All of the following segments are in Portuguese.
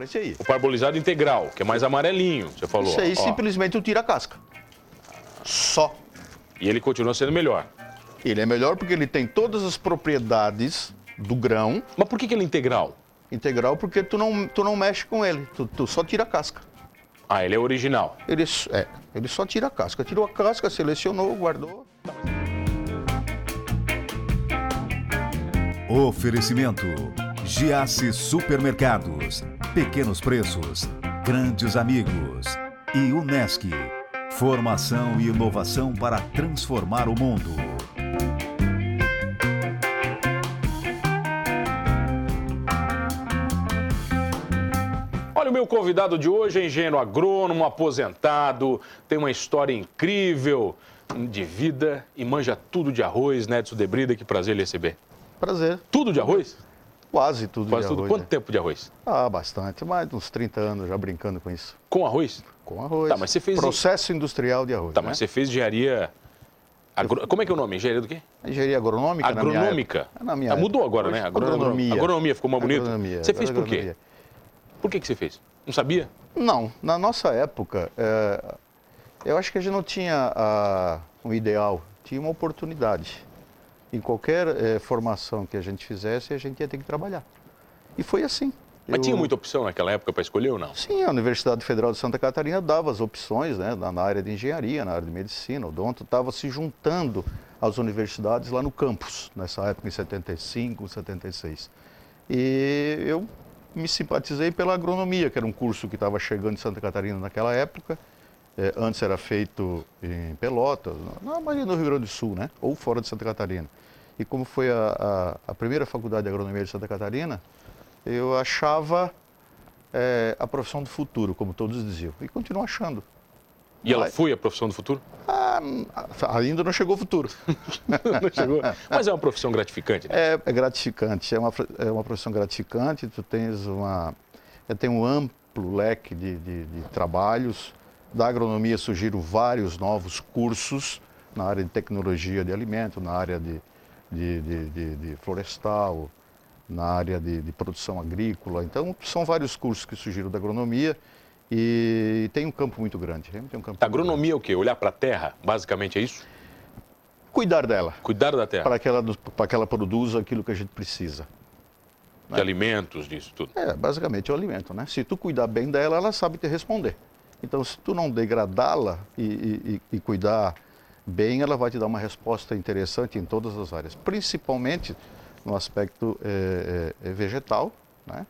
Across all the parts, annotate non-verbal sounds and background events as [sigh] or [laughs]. esse aí. O parbolizado integral, que é mais amarelinho, você falou. Isso aí ó. simplesmente tu tira a casca. Só. E ele continua sendo melhor. Ele é melhor porque ele tem todas as propriedades do grão Mas por que, que ele é integral? integral, porque tu não, tu não mexe com ele, tu, tu só tira a casca. Ah, ele é original. Ele, s- é, ele só tira a casca. Tirou a casca, selecionou, guardou. Oferecimento: Giasse Supermercados, Pequenos Preços, Grandes Amigos e Unesc. Formação e inovação para transformar o mundo. Olha, o meu convidado de hoje é engenheiro agrônomo, aposentado, tem uma história incrível de vida e manja tudo de arroz, né, Edson Debrida? Que prazer lhe receber. Prazer. Tudo de arroz? Quase tudo Quase de tudo. arroz, Quanto né? tempo de arroz? Ah, bastante. Mais de uns 30 anos já brincando com isso. Com arroz? Com arroz. Tá, mas você fez- Processo industrial de arroz, Tá, né? mas você fez engenharia. agro- Como é que é o nome? Engenharia do quê? Engenharia agronômica na minha Agronômica. época. É Na minha Ah, mudou época. agora, né? Hoje, Agronomia. Agronomia. Agronomia ficou mais bonito? Agronomia. Você fez por quê? Agronomia. Por que, que você fez? Não sabia? Não, na nossa época, eh, eu acho que a gente não tinha ah, um ideal, tinha uma oportunidade. Em qualquer eh, formação que a gente fizesse, a gente ia ter que trabalhar. E foi assim. Mas Eu- tinha muita opção naquela época para escolher ou não? Sim, a Universidade Federal de Santa Catarina dava as opções né, na na área de engenharia, na área de medicina. O Donto estava se juntando às universidades lá no campus, nessa época, em 75, 76. E eu me simpatizei pela agronomia, que era um curso que estava chegando em Santa Catarina naquela época. Eh, antes era feito em Pelotas, na na maioria do Rio Grande do Sul, né? ou fora de Santa Catarina. E como foi a, a- a primeira faculdade de agronomia de Santa Catarina, eu achava é, a profissão do futuro, como todos diziam. E continuo achando. E ela Vai. foi a profissão do futuro? Ah, ainda não chegou o futuro. Não chegou. Mas é uma profissão gratificante, né? É, é gratificante, é uma, fr- é uma profissão gratificante, tu tens uma. é, Tem um amplo leque de, de- de trabalhos. Da agronomia surgiram vários novos cursos na área de tecnologia de alimento, na área de, de- de- de- de florestal, na área de, de produção agrícola. Então, são vários cursos que surgiram da agronomia e tem um campo muito grande. Tem um campo A muito grande. agronomia é o quê? Olhar para a terra? Basicamente é isso? Cuidar dela, Cuidar da terra, para que ela, para que ela produza aquilo que a gente precisa. de alimentos, disso tudo. É, basicamente é o alimento, né? Se tu cuidar bem dela, ela sabe te responder. Então, se tu não degradá-la e, e- e- e cuidar bem, ela vai te dar uma resposta interessante em todas as áreas, principalmente no aspecto eh, eh, eh, vegetal, né?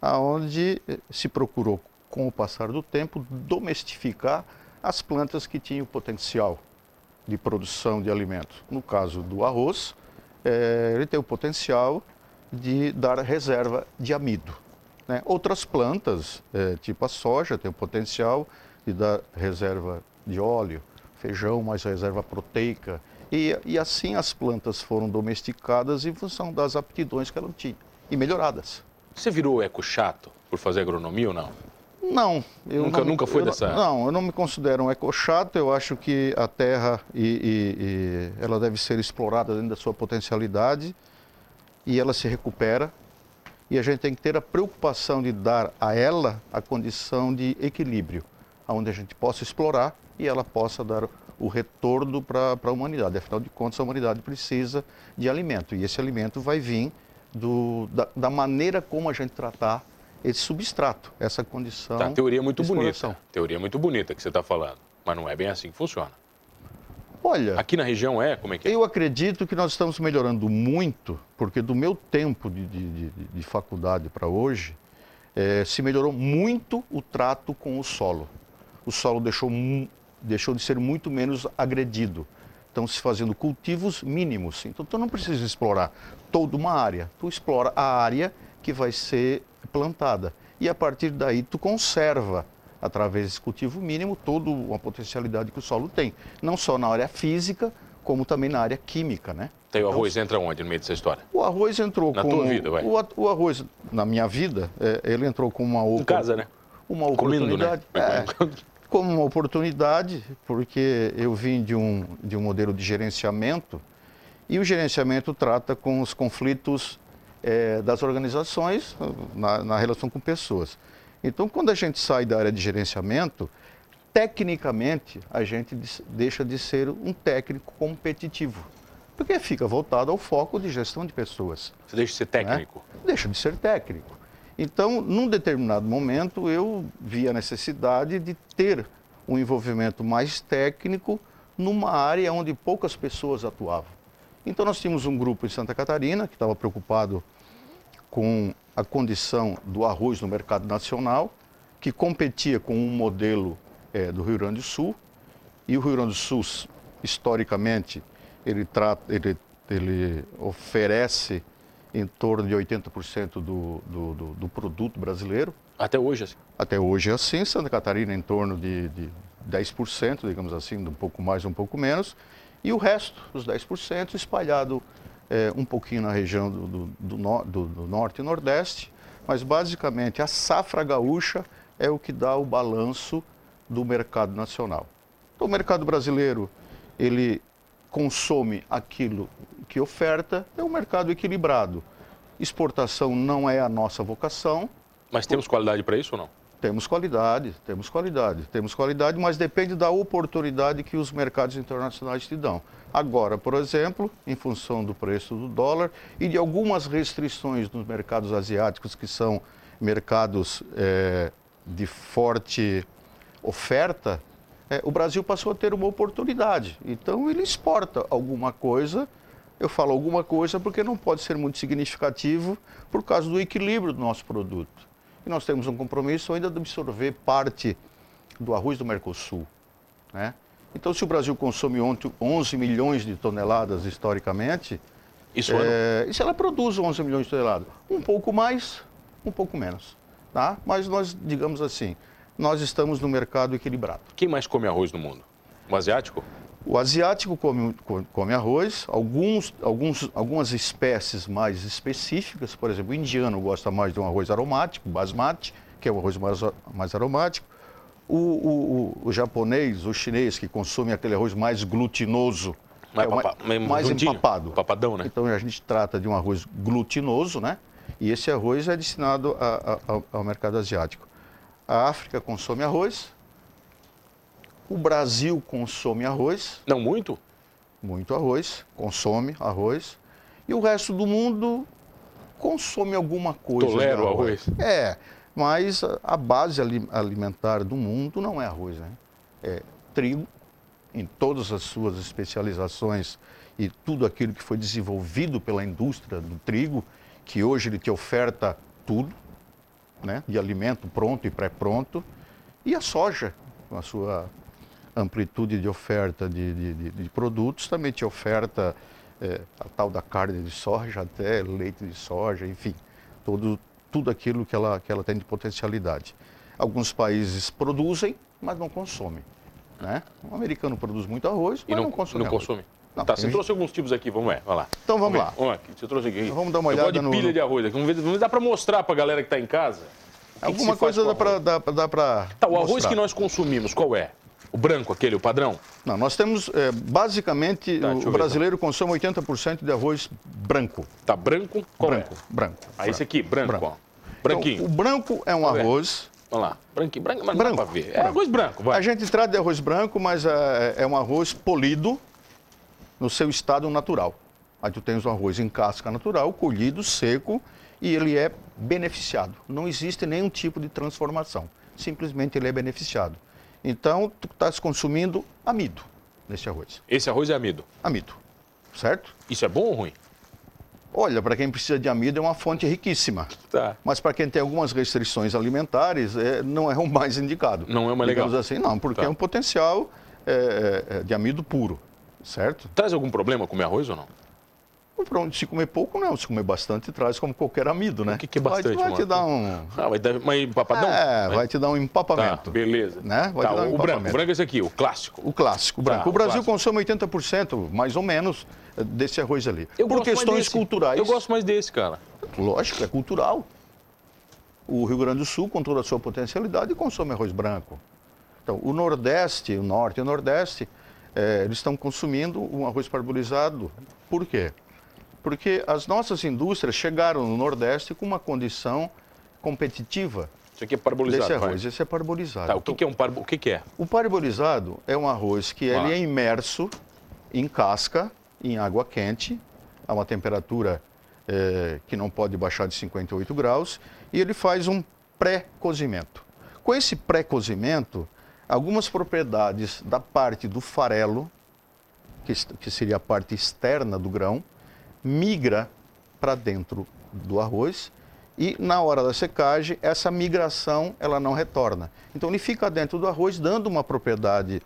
Onde se procurou, com o passar do tempo, domestificar as plantas que tinham potencial de produção de alimento. No caso do arroz, eh, ele tem o potencial de dar reserva de amido. né? Outras plantas, eh, tipo a soja, tem o potencial de dar reserva de óleo, feijão, mais reserva proteica. E, e assim as plantas foram domesticadas em função das aptidões que elas tinham e melhoradas. Você virou eco chato por fazer agronomia ou não? Não, eu Nunca- não me- nunca foi eu não- dessa- Não, eu não me considero um ecochato. Eu acho que a terra e- e- e ela deve ser explorada dentro da sua potencialidade e ela se recupera. E a gente tem que ter a preocupação de dar a ela a condição de equilíbrio, onde a gente possa explorar e ela possa dar o retorno para a humanidade. Afinal de contas, a humanidade precisa de alimento e esse alimento vai vir do- da, da maneira como a gente tratar esse substrato, essa condição. Tá, teoria é muito de bonita. exploração. Teoria é muito bonita que você está falando. Mas não é bem assim que funciona. Olha, Aqui na região é? Como é que é? Eu acredito que nós estamos melhorando muito, porque do meu tempo de, de- de- de faculdade para hoje, eh, se melhorou muito o trato com o solo. O solo deixou, mu- deixou de ser muito menos agredido. Estão se fazendo cultivos mínimos. Então, tu não precisa explorar toda uma área. Tu explora a área que vai ser plantada. E a partir daí, tu conserva, através desse cultivo mínimo, toda uma potencialidade que o solo tem. Não só na área física, como também na área química, né? Tem o arroz entra onde no meio dessa história? O arroz entrou Na como... tua vida, vai. O, a- o arroz, na minha vida, eh, ele entrou como uma... Em casa, né? Uma Comendo, né? oportunidade. É, como uma oportunidade, porque eu vim de um, de um modelo de gerenciamento e o gerenciamento trata com os conflitos é, das organizações ah, na, na relação com pessoas. Então, quando a gente sai da área de gerenciamento, tecnicamente a gente deixa de ser um técnico competitivo, porque fica voltado ao foco de gestão de pessoas. [laughs] Você deixa de ser técnico? Né? Deixa de ser técnico. Então, num determinado momento, eu vi a necessidade de ter um envolvimento mais técnico numa área onde poucas pessoas atuavam. Então, nós tínhamos um grupo em Santa Catarina que estava preocupado com a condição do arroz no mercado nacional, que competia com um modelo é, do Rio Grande do Sul. E o Rio Grande do Sul, historicamente, ele, trata, ele, ele oferece em torno de 80% do, do, do, do, produto brasileiro. Até hoje assim? Até hoje é assim. Santa Catarina em torno de, de 10%, digamos assim, um pouco mais, um pouco menos. E o resto, os 10%, espalhado é, um pouquinho na região do, do norte e nordeste. Mas, basicamente, a safra gaúcha é o que dá o balanço do mercado nacional. Então, o mercado brasileiro, ele consome aquilo que oferta, é um mercado equilibrado. Exportação não é a nossa vocação. Mas temos qualidade para isso ou não? Temos qualidade, temos qualidade, temos qualidade, mas depende da oportunidade que os mercados internacionais te dão. Agora, por exemplo, em função do preço do dólar e de algumas restrições nos mercados asiáticos, que são mercados é, de forte oferta, é, o Brasil passou a ter uma oportunidade. Então, ele exporta alguma coisa. Eu falo alguma coisa porque não pode ser muito significativo por causa do equilíbrio do nosso produto. E nós temos um compromisso ainda de absorver parte do arroz do Mercosul. Né? Então, se o Brasil consome ontem 11 milhões de toneladas historicamente, eh, isso é, e se ela produz 11 milhões de toneladas? Um pouco mais, um pouco menos. Tá? Mas nós, digamos assim, nós estamos no mercado equilibrado. Quem mais come arroz no mundo? O asiático? O asiático come, come arroz, alguns, alguns, algumas espécies mais específicas, por exemplo, o indiano gosta mais de um arroz aromático, basmati, que é o arroz mais, mais aromático. O, o, o, o, japonês, o chinês, que consome aquele arroz mais glutinoso, mais, é papa, mais, mais empapado. Papadão, né? Então a gente trata de um arroz glutinoso, né? E esse arroz é destinado a, a, a, ao mercado asiático. A África consome arroz. O Brasil consome arroz. Não muito? Muito arroz, consome arroz. E o resto do mundo consome alguma coisa. Tolera o arroz. É, mas a base alimentar do mundo não é arroz, né? É trigo, em todas as suas especializações e tudo aquilo que foi desenvolvido pela indústria do trigo, que hoje ele te oferta tudo, né, de alimento pronto e pré-pronto, e a soja, com a sua amplitude de oferta de, de, de, de produtos, também te oferta é, a tal da carne de soja, até leite de soja, enfim, todo, tudo aquilo que ela, que ela tem de potencialidade. Alguns países produzem, mas não consomem. Né? O americano produz muito arroz, mas e não, não consome. Não consome. Não, tá, você gente... trouxe alguns tipos aqui, vamos ver, vai lá. Então vamos, vamos lá. Vamos aqui, você trouxe aqui. Então, vamos dar uma olhada de pilha no... de arroz aqui. Vamos ver, vamos ver dá para mostrar para a galera que está em casa. Que Alguma que coisa dá para dá, dá pra Tá, o mostrar. arroz que nós consumimos, qual é? O branco, aquele, o padrão? Não, nós temos, é, basicamente, tá, o, o brasileiro então. consome 80% de arroz branco. Tá, branco, qual branco, é? Branco, Ah, esse aqui, branco, branco. ó. Branquinho. Então, o branco é um qual arroz... É? Vamos lá, branquinho, branco, mas branco, não dá pra ver. É branco. arroz branco, vai. A gente trata de arroz branco, mas é, é um arroz polido, no seu estado natural. Aí tu tens o arroz em casca natural, colhido, seco, e ele é beneficiado. Não existe nenhum tipo de transformação. Simplesmente ele é beneficiado. Então, tu estás consumindo amido nesse arroz. Esse arroz é amido? Amido, certo? Isso é bom ou ruim? Olha, para quem precisa de amido é uma fonte riquíssima. Tá. Mas para quem tem algumas restrições alimentares, é, não é o mais indicado. Não é o mais legal? Digamos assim, não, porque tá. é um potencial é, é, de amido puro certo? Traz algum problema comer arroz ou não? Se comer pouco, não. Se comer bastante, traz como qualquer amido, né? O que, que é bastante? Vai, vai te dar um... Ah, vai dar um empapadão? É, vai te dar um empapamento. Tá, beleza. Né? Vai tá, te dar um o branco, o branco é esse aqui, o clássico. O clássico, o branco. Tá, o Brasil o consome 80%, mais ou menos, desse arroz ali. Eu Por questões culturais. Eu gosto mais desse, cara. Lógico, é cultural. O Rio Grande do Sul, com toda a sua potencialidade, consome arroz branco. Então, o Nordeste, o eh, Norte e o Nordeste, é, eles estão consumindo um arroz parbolizado. Por quê? Porque as nossas indústrias chegaram no Nordeste com uma condição competitiva Isso aqui é parbolizado. desse vai. arroz. Esse é parbolizado. Tá, o que, que é um parbo... O que, que é? O parbolizado é um arroz que Ah. ele é imerso em casca, em água quente, a uma temperatura eh, que não pode baixar de 58 graus, e ele faz um pré-cozimento. Com esse pré-cozimento, algumas propriedades da parte do farelo, que, est- que seria a parte externa do grão, migra para dentro do arroz e na hora da secagem essa migração ela não retorna. Então ele fica dentro do arroz dando uma propriedade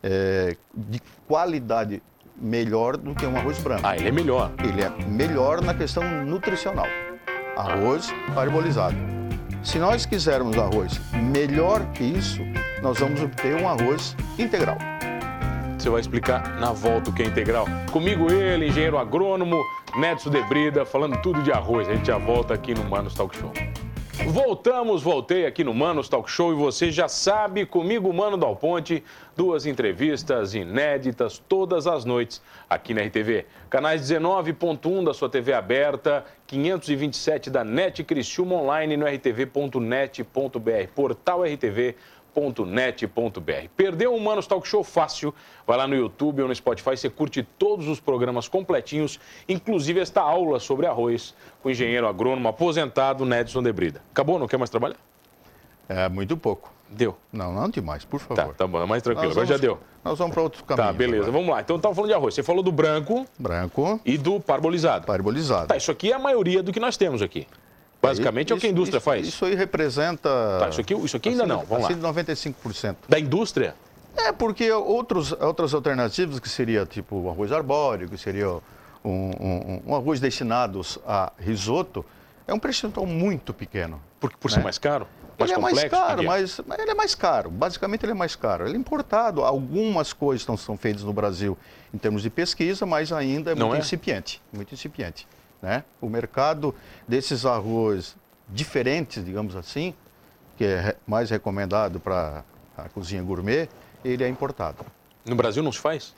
eh, de qualidade melhor do que um arroz branco. Ah, ele é melhor. Ele é melhor na questão nutricional. Arroz parbolizado. Se nós quisermos arroz melhor que isso, nós vamos obter um arroz integral. Você vai explicar na volta o que é integral. Comigo ele, engenheiro agrônomo, Neto Debrida, falando tudo de arroz. A gente já volta aqui no Manos Talk Show. Voltamos, voltei aqui no Manos Talk Show e você já sabe, comigo, Mano Dal Ponte, duas entrevistas inéditas todas as noites aqui na RTV. Canais 19.1 da sua TV aberta, 527 da NET Criciúma Online no rtv.net.br, portal rtv.net.br. Perdeu o um Manos Talk Show fácil? Vai lá no YouTube ou no Spotify, você curte todos os programas completinhos, inclusive esta aula sobre arroz com o engenheiro agrônomo aposentado Nedson Debrida. Acabou? Não quer mais trabalhar? É muito pouco. Deu. Não, não demais, por favor. Tá, tá bom, Nós mais tranquilo. Agora vamos- já deu. Nós vamos para outro caminho. Tá, beleza. agora. Vamos lá. Então estava falando de arroz. Você falou do branco Branco, e do parbolizado. parbolizado. Tá, isso aqui é a maioria do que nós temos aqui. Basicamente é o que a Isso- indústria isso- faz. Isso Assim aí representa. Tá, isso aqui, isso aqui ainda não. Vamos lá. acima de 95%. Da indústria? É, porque outros, outras alternativas, que seria tipo o arroz arbóreo, que seria um, um- um arroz destinado a risoto, é um percentual muito pequeno. Por, por ser Né? mais caro? Mais ele complexo? é mais caro, Miguel? mas, mas ele é mais caro. Basicamente ele é mais caro. Ele é importado. Algumas coisas não são feitas no Brasil em termos de pesquisa, mas ainda é Não muito é? incipiente. Muito incipiente. Né? O mercado desses arroz diferentes, digamos assim, que é re- mais recomendado para a cozinha gourmet, ele é importado. No Brasil não se faz?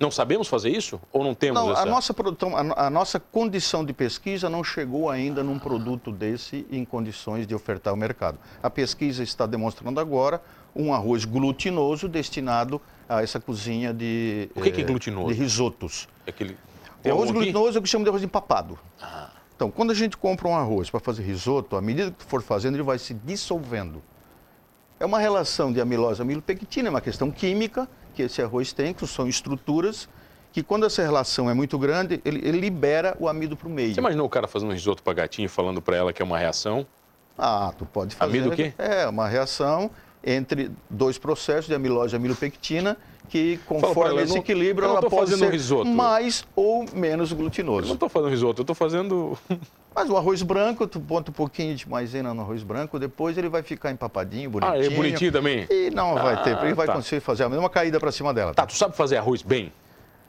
Não sabemos fazer isso? Ou não temos Não, essa... Então, a nossa, produção, a no- a nossa condição de pesquisa não chegou ainda num produto desse em condições de ofertar ao mercado. A pesquisa está demonstrando agora um arroz glutinoso destinado a essa cozinha de, O que que é eh, glutinoso? de risotos. Aquele... O Tem um Ah. arroz algum aqui? glutinoso é o que chama de arroz empapado. Então, quando a gente compra um arroz para fazer risoto, à medida que tu for fazendo, ele vai se dissolvendo. É uma relação de amilose e amilopectina, é uma questão química que esse arroz tem, que são estruturas que, quando essa relação é muito grande, ele, ele libera o amido para o meio. Você imaginou o cara fazendo um risoto pra gatinho falando pra ela que é uma reação? Ah, tu pode fazer. Amido o quê? É, uma reação entre dois processos de amilose e amilopectina que, pra conforme ela, eu esse não- equilíbrio, eu não ela tô pode fazendo ser risoto. mais ou menos Eu não glutinoso. tô fazendo risoto, eu tô fazendo... [laughs] Mas o arroz branco, tu bota um pouquinho de maisena no arroz branco, depois ele vai ficar empapadinho, bonitinho. Ah, é bonitinho também? E não vai ter, ele vai tá. conseguir fazer a mesma caída para cima dela. Tá, tu sabe fazer arroz bem?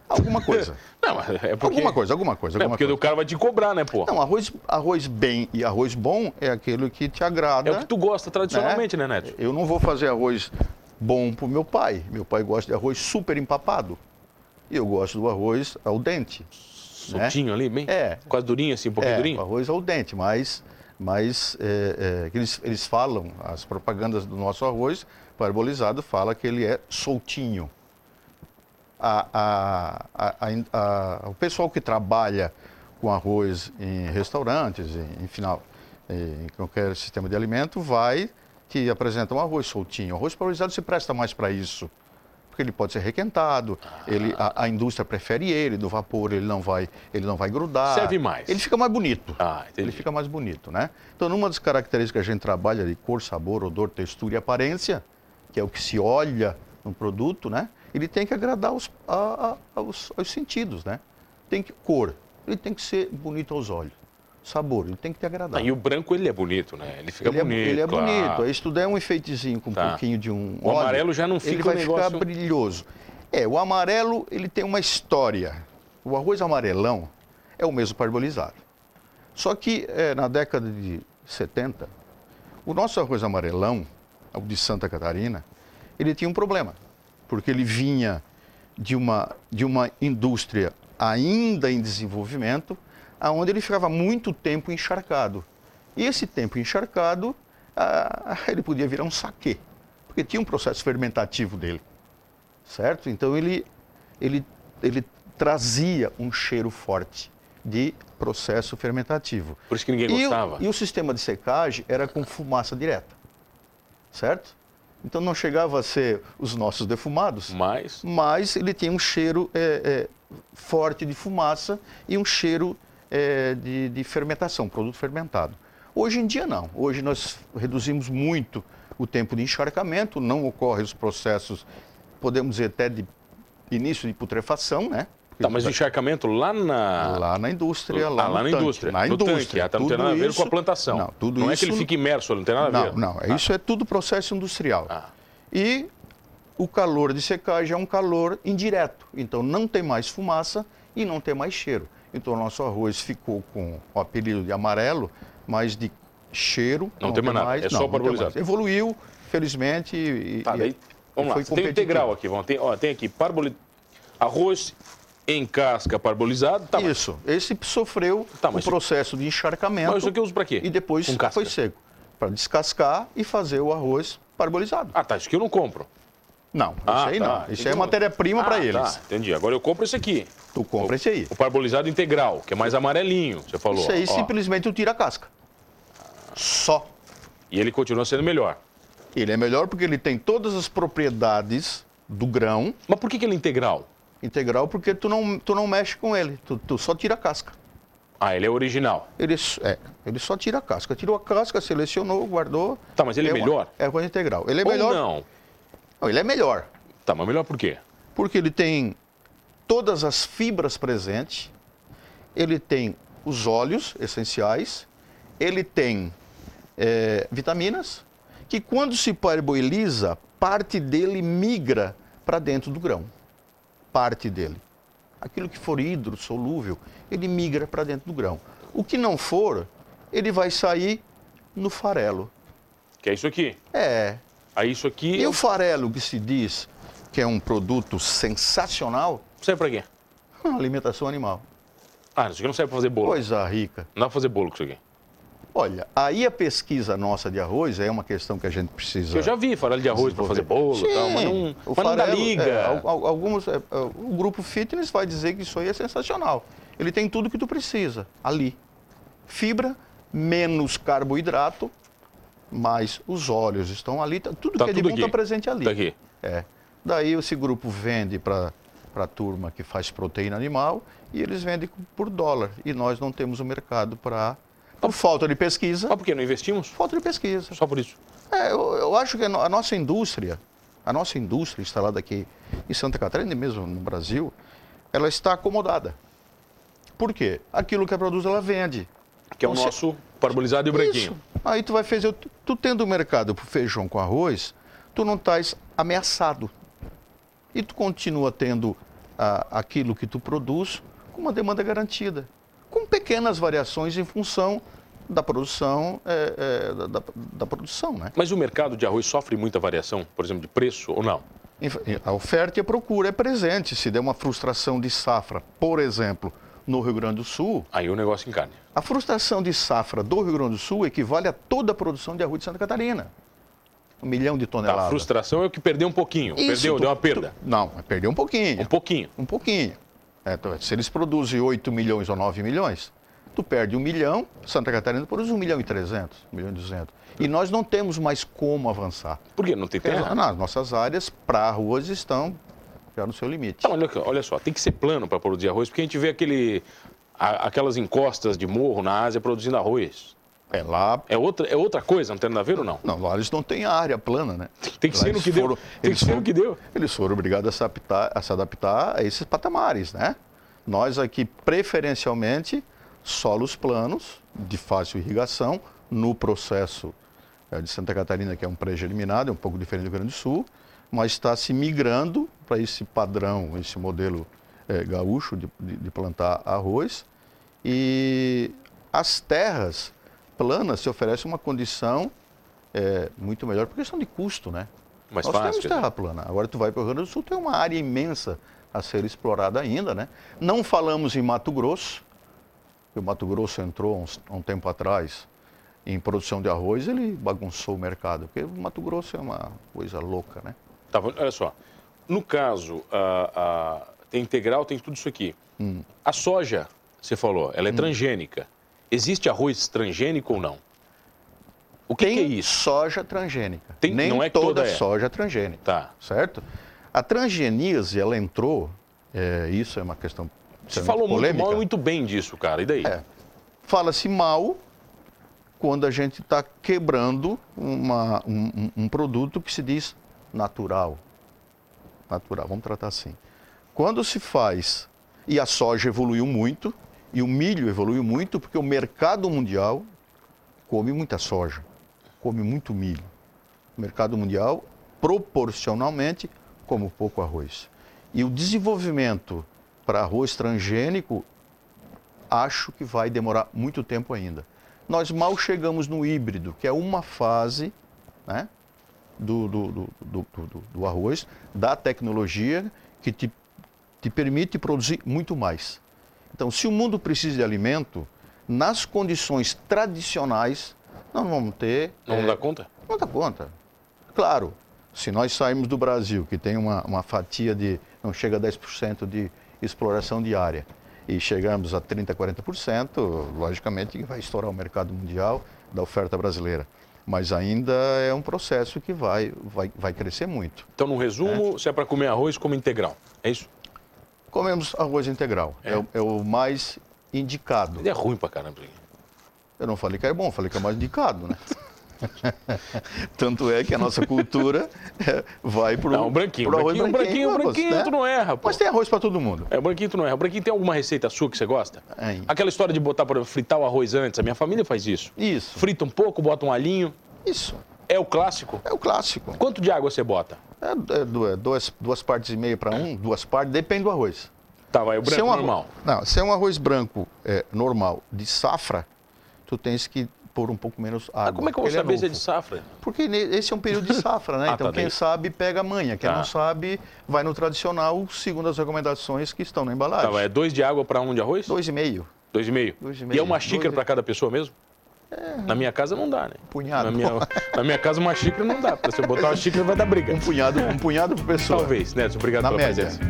Alguma [laughs] coisa. Não, mas é porque... Alguma coisa, alguma coisa, É alguma porque coisa. o cara vai te cobrar, né, pô? Não, arroz, arroz bem e arroz bom é aquilo que te agrada. É o que tu gosta tradicionalmente, né, Neto? Eu não vou fazer arroz bom pro meu pai. Meu pai gosta de arroz super empapado. E eu gosto do arroz ao dente. Soltinho ali, bem? É. Quase durinho assim, um pouquinho É, o durinho? arroz ao dente, mas, mas é, é, que eles, eles falam, as propagandas do nosso arroz parabolizado fala que ele é soltinho. A- a- a- a in- a- o pessoal que trabalha com arroz em restaurantes, em, em final, em qualquer sistema de alimento, vai te apresentar um arroz soltinho. O arroz parabolizado se presta mais para isso porque ele pode ser requentado, ele, Ah. a, a indústria prefere ele, do vapor ele não vai, ele não vai grudar. Serve mais. Ele fica mais bonito. Ah, entendi. ele fica mais bonito, né? Então, numa das características que a gente trabalha de cor, sabor, odor, textura e aparência, que é o que se olha no produto, né? Ele tem que agradar os, a- a- aos, aos sentidos, né? Tem que cor, ele tem que ser bonito aos olhos. Sabor, ele tem que te agradar. Ah, e o branco, ele é bonito, né? Ele fica Ele é, bonito, ele é claro. bonito. Aí se tu der um enfeitezinho com um Tá. pouquinho de um O óleo, amarelo já não fica ele um vai negócio- ficar brilhoso. É, o amarelo, ele tem uma história. O arroz amarelão é o mesmo parbolizado. Só que eh, na década de 70, o nosso arroz amarelão, o de Santa Catarina, ele tinha um problema, porque ele vinha de uma, de uma indústria ainda em desenvolvimento, aonde ele ficava muito tempo encharcado. E esse tempo encharcado, ah, [laughs] ele podia virar um saquê, porque tinha um processo fermentativo dele, certo? Então ele, ele, ele trazia um cheiro forte de processo fermentativo. Por isso que ninguém E o- gostava. E o sistema de secagem era com fumaça direta, certo? Então não chegava a ser os nossos defumados, Mas mas ele tem um cheiro é, é, forte de fumaça e um cheiro é, de, de fermentação, produto fermentado. Hoje em dia não. Hoje nós reduzimos muito o tempo de encharcamento, não ocorrem os processos, podemos dizer até de início de putrefação, né? Tá, mas o encharcamento lá na. Lá na indústria, Ah, lá, lá no na tanque, indústria. Na no tanque, indústria. ah, tá, não tem Tudo nada a ver com a isso- plantação. Não, tudo é isso- que ele fique Ah. imerso, não tem nada a ver. Não, não. Isso é tudo processo industrial. Ah. E o calor de secagem é um calor indireto. Então não tem mais fumaça e não tem mais cheiro. Então o nosso arroz ficou com o apelido de amarelo, mas de cheiro. Não tem mais nada, é só não tem parbolizado. mais. Evoluiu, felizmente. E, Tá, e- daí, vamos lá. foi Você tem o competitivo. integral aqui, vamos. Tem, ó, tem aqui parboli... arroz em casca parbolizado. Tá, mas- Isso. Esse sofreu Tá, o mas- processo de encharcamento. Mas isso aqui eu uso pra quê? E depois Com casca. foi seco. Para descascar e fazer o arroz parbolizado. Ah, tá. Isso aqui eu não compro. Não, Ah, isso aí tá. não. Isso aí é Então- matéria-prima Ah, para tá, eles. entendi. Agora eu compro esse aqui. Tu compra esse aí. O parbolizado integral, que é mais amarelinho, você falou. Isso aí ó. simplesmente tu tira a casca. Só. E ele continua sendo melhor. Ele é melhor porque ele tem todas as propriedades do grão Mas por que, que ele é integral? integral, porque tu não, tu não mexe com ele. Tu, tu só tira a casca. Ah, ele é original. Ele, s- é, ele só tira a casca. Tirou a casca, selecionou, guardou. Tá, mas ele é uma- melhor? É coisa integral. Ele é Ou melhor. não? Não, ele é melhor. Tá, mas melhor por quê? porque ele tem todas as fibras presentes, ele tem os óleos essenciais, ele tem eh, vitaminas, que quando se parboiliza, parte dele migra para dentro do grão. Parte dele. Aquilo que for hidrossolúvel, ele migra para dentro do grão. O que não for, ele vai sair no farelo. Que é isso aqui. É, Aí isso aqui e o farelo que se diz que é um produto sensacional, serve pra quê? Ah, Alimentação animal. Ah, isso aqui não serve pra fazer bolo. Coisa rica. Não dá pra fazer bolo com isso aqui. Olha, aí a pesquisa nossa de arroz é uma questão que a gente precisa. Eu já vi farelo de arroz pra fazer bolo e tal, mas não, o mas não dá farelo, liga. é, al- al- alguns, é, é, o grupo fitness vai dizer que isso aí é sensacional. Ele tem tudo que tu precisa ali. Fibra, menos carboidrato, mas os óleos estão ali. tá- Tudo Tá que é de tudo bom aqui. está presente ali. Tá aqui. É. Daí esse grupo vende para a turma que faz proteína animal e eles vendem com- por dólar. E nós não temos o mercado para. Por falta de pesquisa. Mas por quê? Não investimos? Falta de pesquisa. Só por isso. É, eu, eu acho que a no- a nossa indústria, a nossa indústria instalada aqui em Santa Catarina e mesmo no Brasil, ela está acomodada. Por quê? Aquilo que ela produz, ela vende. Que é o Você- nosso parbolizado e branquinho. Isso. Aí tu vai fazer. Tu, tu tendo o mercado pro feijão com arroz, tu não estás ameaçado. E tu continua tendo ah, aquilo que tu produz com uma demanda garantida. Com pequenas variações em função da produção, eh, eh, da- da- da produção, né? Mas o mercado de arroz sofre muita variação, por exemplo, de preço ou não? Inf- eh, A oferta e a procura é presente. Se der uma frustração de safra, por exemplo, no Rio Grande do Sul, Aí o negócio encarne. a frustração de safra do Rio Grande do Sul equivale a toda a produção de arroz de Santa Catarina. Um milhão de Tá, a toneladas. frustração é o que perdeu um pouquinho. Isso, perdeu, tu- deu uma perda. tu- não, mas perdeu um pouquinho. Um pouquinho. Um pouquinho. É, tu- se eles produzem 8 milhões ou 9 milhões, tu perde um milhão, Santa Catarina produz 1 milhão e 300, 1 milhão e 200. E nós não temos mais como avançar. Por quê? Não tem Porque terra? As nossas áreas para arroz estão já no seu limite. Então, olha, aqui, olha só, tem que ser plano para produzir arroz, porque a gente vê aquele, a- aquelas encostas de morro na Ásia produzindo arroz. É lá. É outra, é outra coisa, não tem nada a ver ou não? Não, lá eles não têm área plana, né? Tem que Lá ser no eles que deu. foram- Tem que eles ser no foram- que deu. Eles foram obrigados a se, adaptar, a se adaptar a esses patamares, né? Nós aqui, preferencialmente, solos planos, de fácil irrigação, no processo eh, de Santa Catarina, que é um prejo eliminado, é um pouco diferente do Rio Grande do Sul, mas está se migrando para esse padrão, esse modelo eh, gaúcho de, de- de plantar arroz. E as terras planas se oferecem uma condição eh, muito melhor por questão de custo, né? Mais Nós fácil. temos terra plana. Agora tu vai para o Rio Grande do Sul, tem uma área imensa a ser explorada ainda, né? Não falamos em Mato Grosso, que o Mato Grosso entrou uns- há um tempo atrás em produção de arroz, ele bagunçou o mercado, porque o Mato Grosso é uma coisa louca, né? Tá, olha só. No caso, a, a- tem integral, tem tudo isso aqui. Hum. A soja, você falou, ela é transgênica. Existe arroz transgênico ou não? O que, que é isso? soja transgênica. Tem- Nem não é que toda, toda é. soja é transgênica. Tá. certo? A transgenise, ela entrou, é, isso é uma questão Você extremamente falou muito polêmica. mal e muito bem disso, cara. E daí? É. Fala-se mal quando a gente está quebrando uma- um, um- um produto que se diz natural. Natural, vamos tratar assim. Quando se faz, e a soja evoluiu muito, e o milho evoluiu muito, porque o mercado mundial come muita soja, come muito milho. O mercado mundial, proporcionalmente, come pouco arroz. E o desenvolvimento para arroz transgênico acho que vai demorar muito tempo ainda. Nós mal chegamos no híbrido, que é uma fase né, do, do, do, do, do- do- do arroz, da tecnologia que te, te permite produzir muito mais. Então, se o mundo precisa de alimento, nas condições tradicionais, nós vamos ter. Não eh, dá conta? não dá conta. Claro, se nós sairmos do Brasil, que tem uma, uma fatia de, não chega a 10% de exploração diária, e chegamos a 30%, 40%, logicamente que vai estourar o mercado mundial da oferta brasileira. Mas ainda é um processo que vai, vai, vai crescer muito. Então, no resumo, se é para comer arroz, come integral. É isso? Comemos arroz integral, é, o, é o mais indicado. Ele é ruim pra caramba. isso aqui. Eu não falei que é bom, falei que é mais indicado, né? [laughs] Tanto é que a nossa cultura é, vai para Não, o branquinho. O branquinho, o branquinho, o branquinho, tu não erra, pô. né? Mas tem arroz para todo mundo. É, o branquinho tu não erra. O branquinho tem alguma receita sua que você gosta? Aí. Aquela história de botar, por exemplo, fritar o arroz antes. A minha família faz isso. Isso, Frita um pouco, bota um alhinho. isso. É o clássico. É o clássico. Quanto de água você bota? É, é du- é duas, duas partes e meia para um, duas partes, depende do arroz. Tá, vai, o branco arro- normal. Não, se é um arroz branco é, normal de safra, tu tens que pôr um pouco menos água. Ah, como é que eu vou porque ele saber se é novo. de safra? Porque ne- esse é um [laughs] período de safra, né? Ah, então tá, quem daí. sabe pega amanhã, quem Tá. não sabe vai no tradicional, segundo as recomendações que estão na Tá, embalagem. vai, é dois de água pra um de arroz? Dois e meio, Dois e meio. Dois e E é meio. uma xícara Dois e- É. pra cada pessoa mesmo? Na minha casa não dá, né? Punhado. Na minha, [laughs] na minha casa uma xícara não dá. Pra você botar uma xícara vai dar briga. um punhado, um punhado por pessoa. Talvez, Neto. Obrigado Na pela média. presença.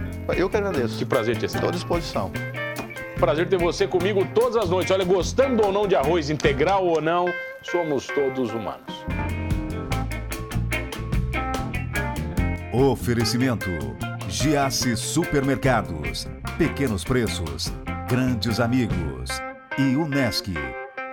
Eu que agradeço. Que prazer te receber. Estou à disposição. Prazer ter você comigo todas as noites. Olha, gostando ou não de arroz, integral ou não, somos todos humanos. Oferecimento: Giasse Supermercados, pequenos preços, grandes amigos e Unesc.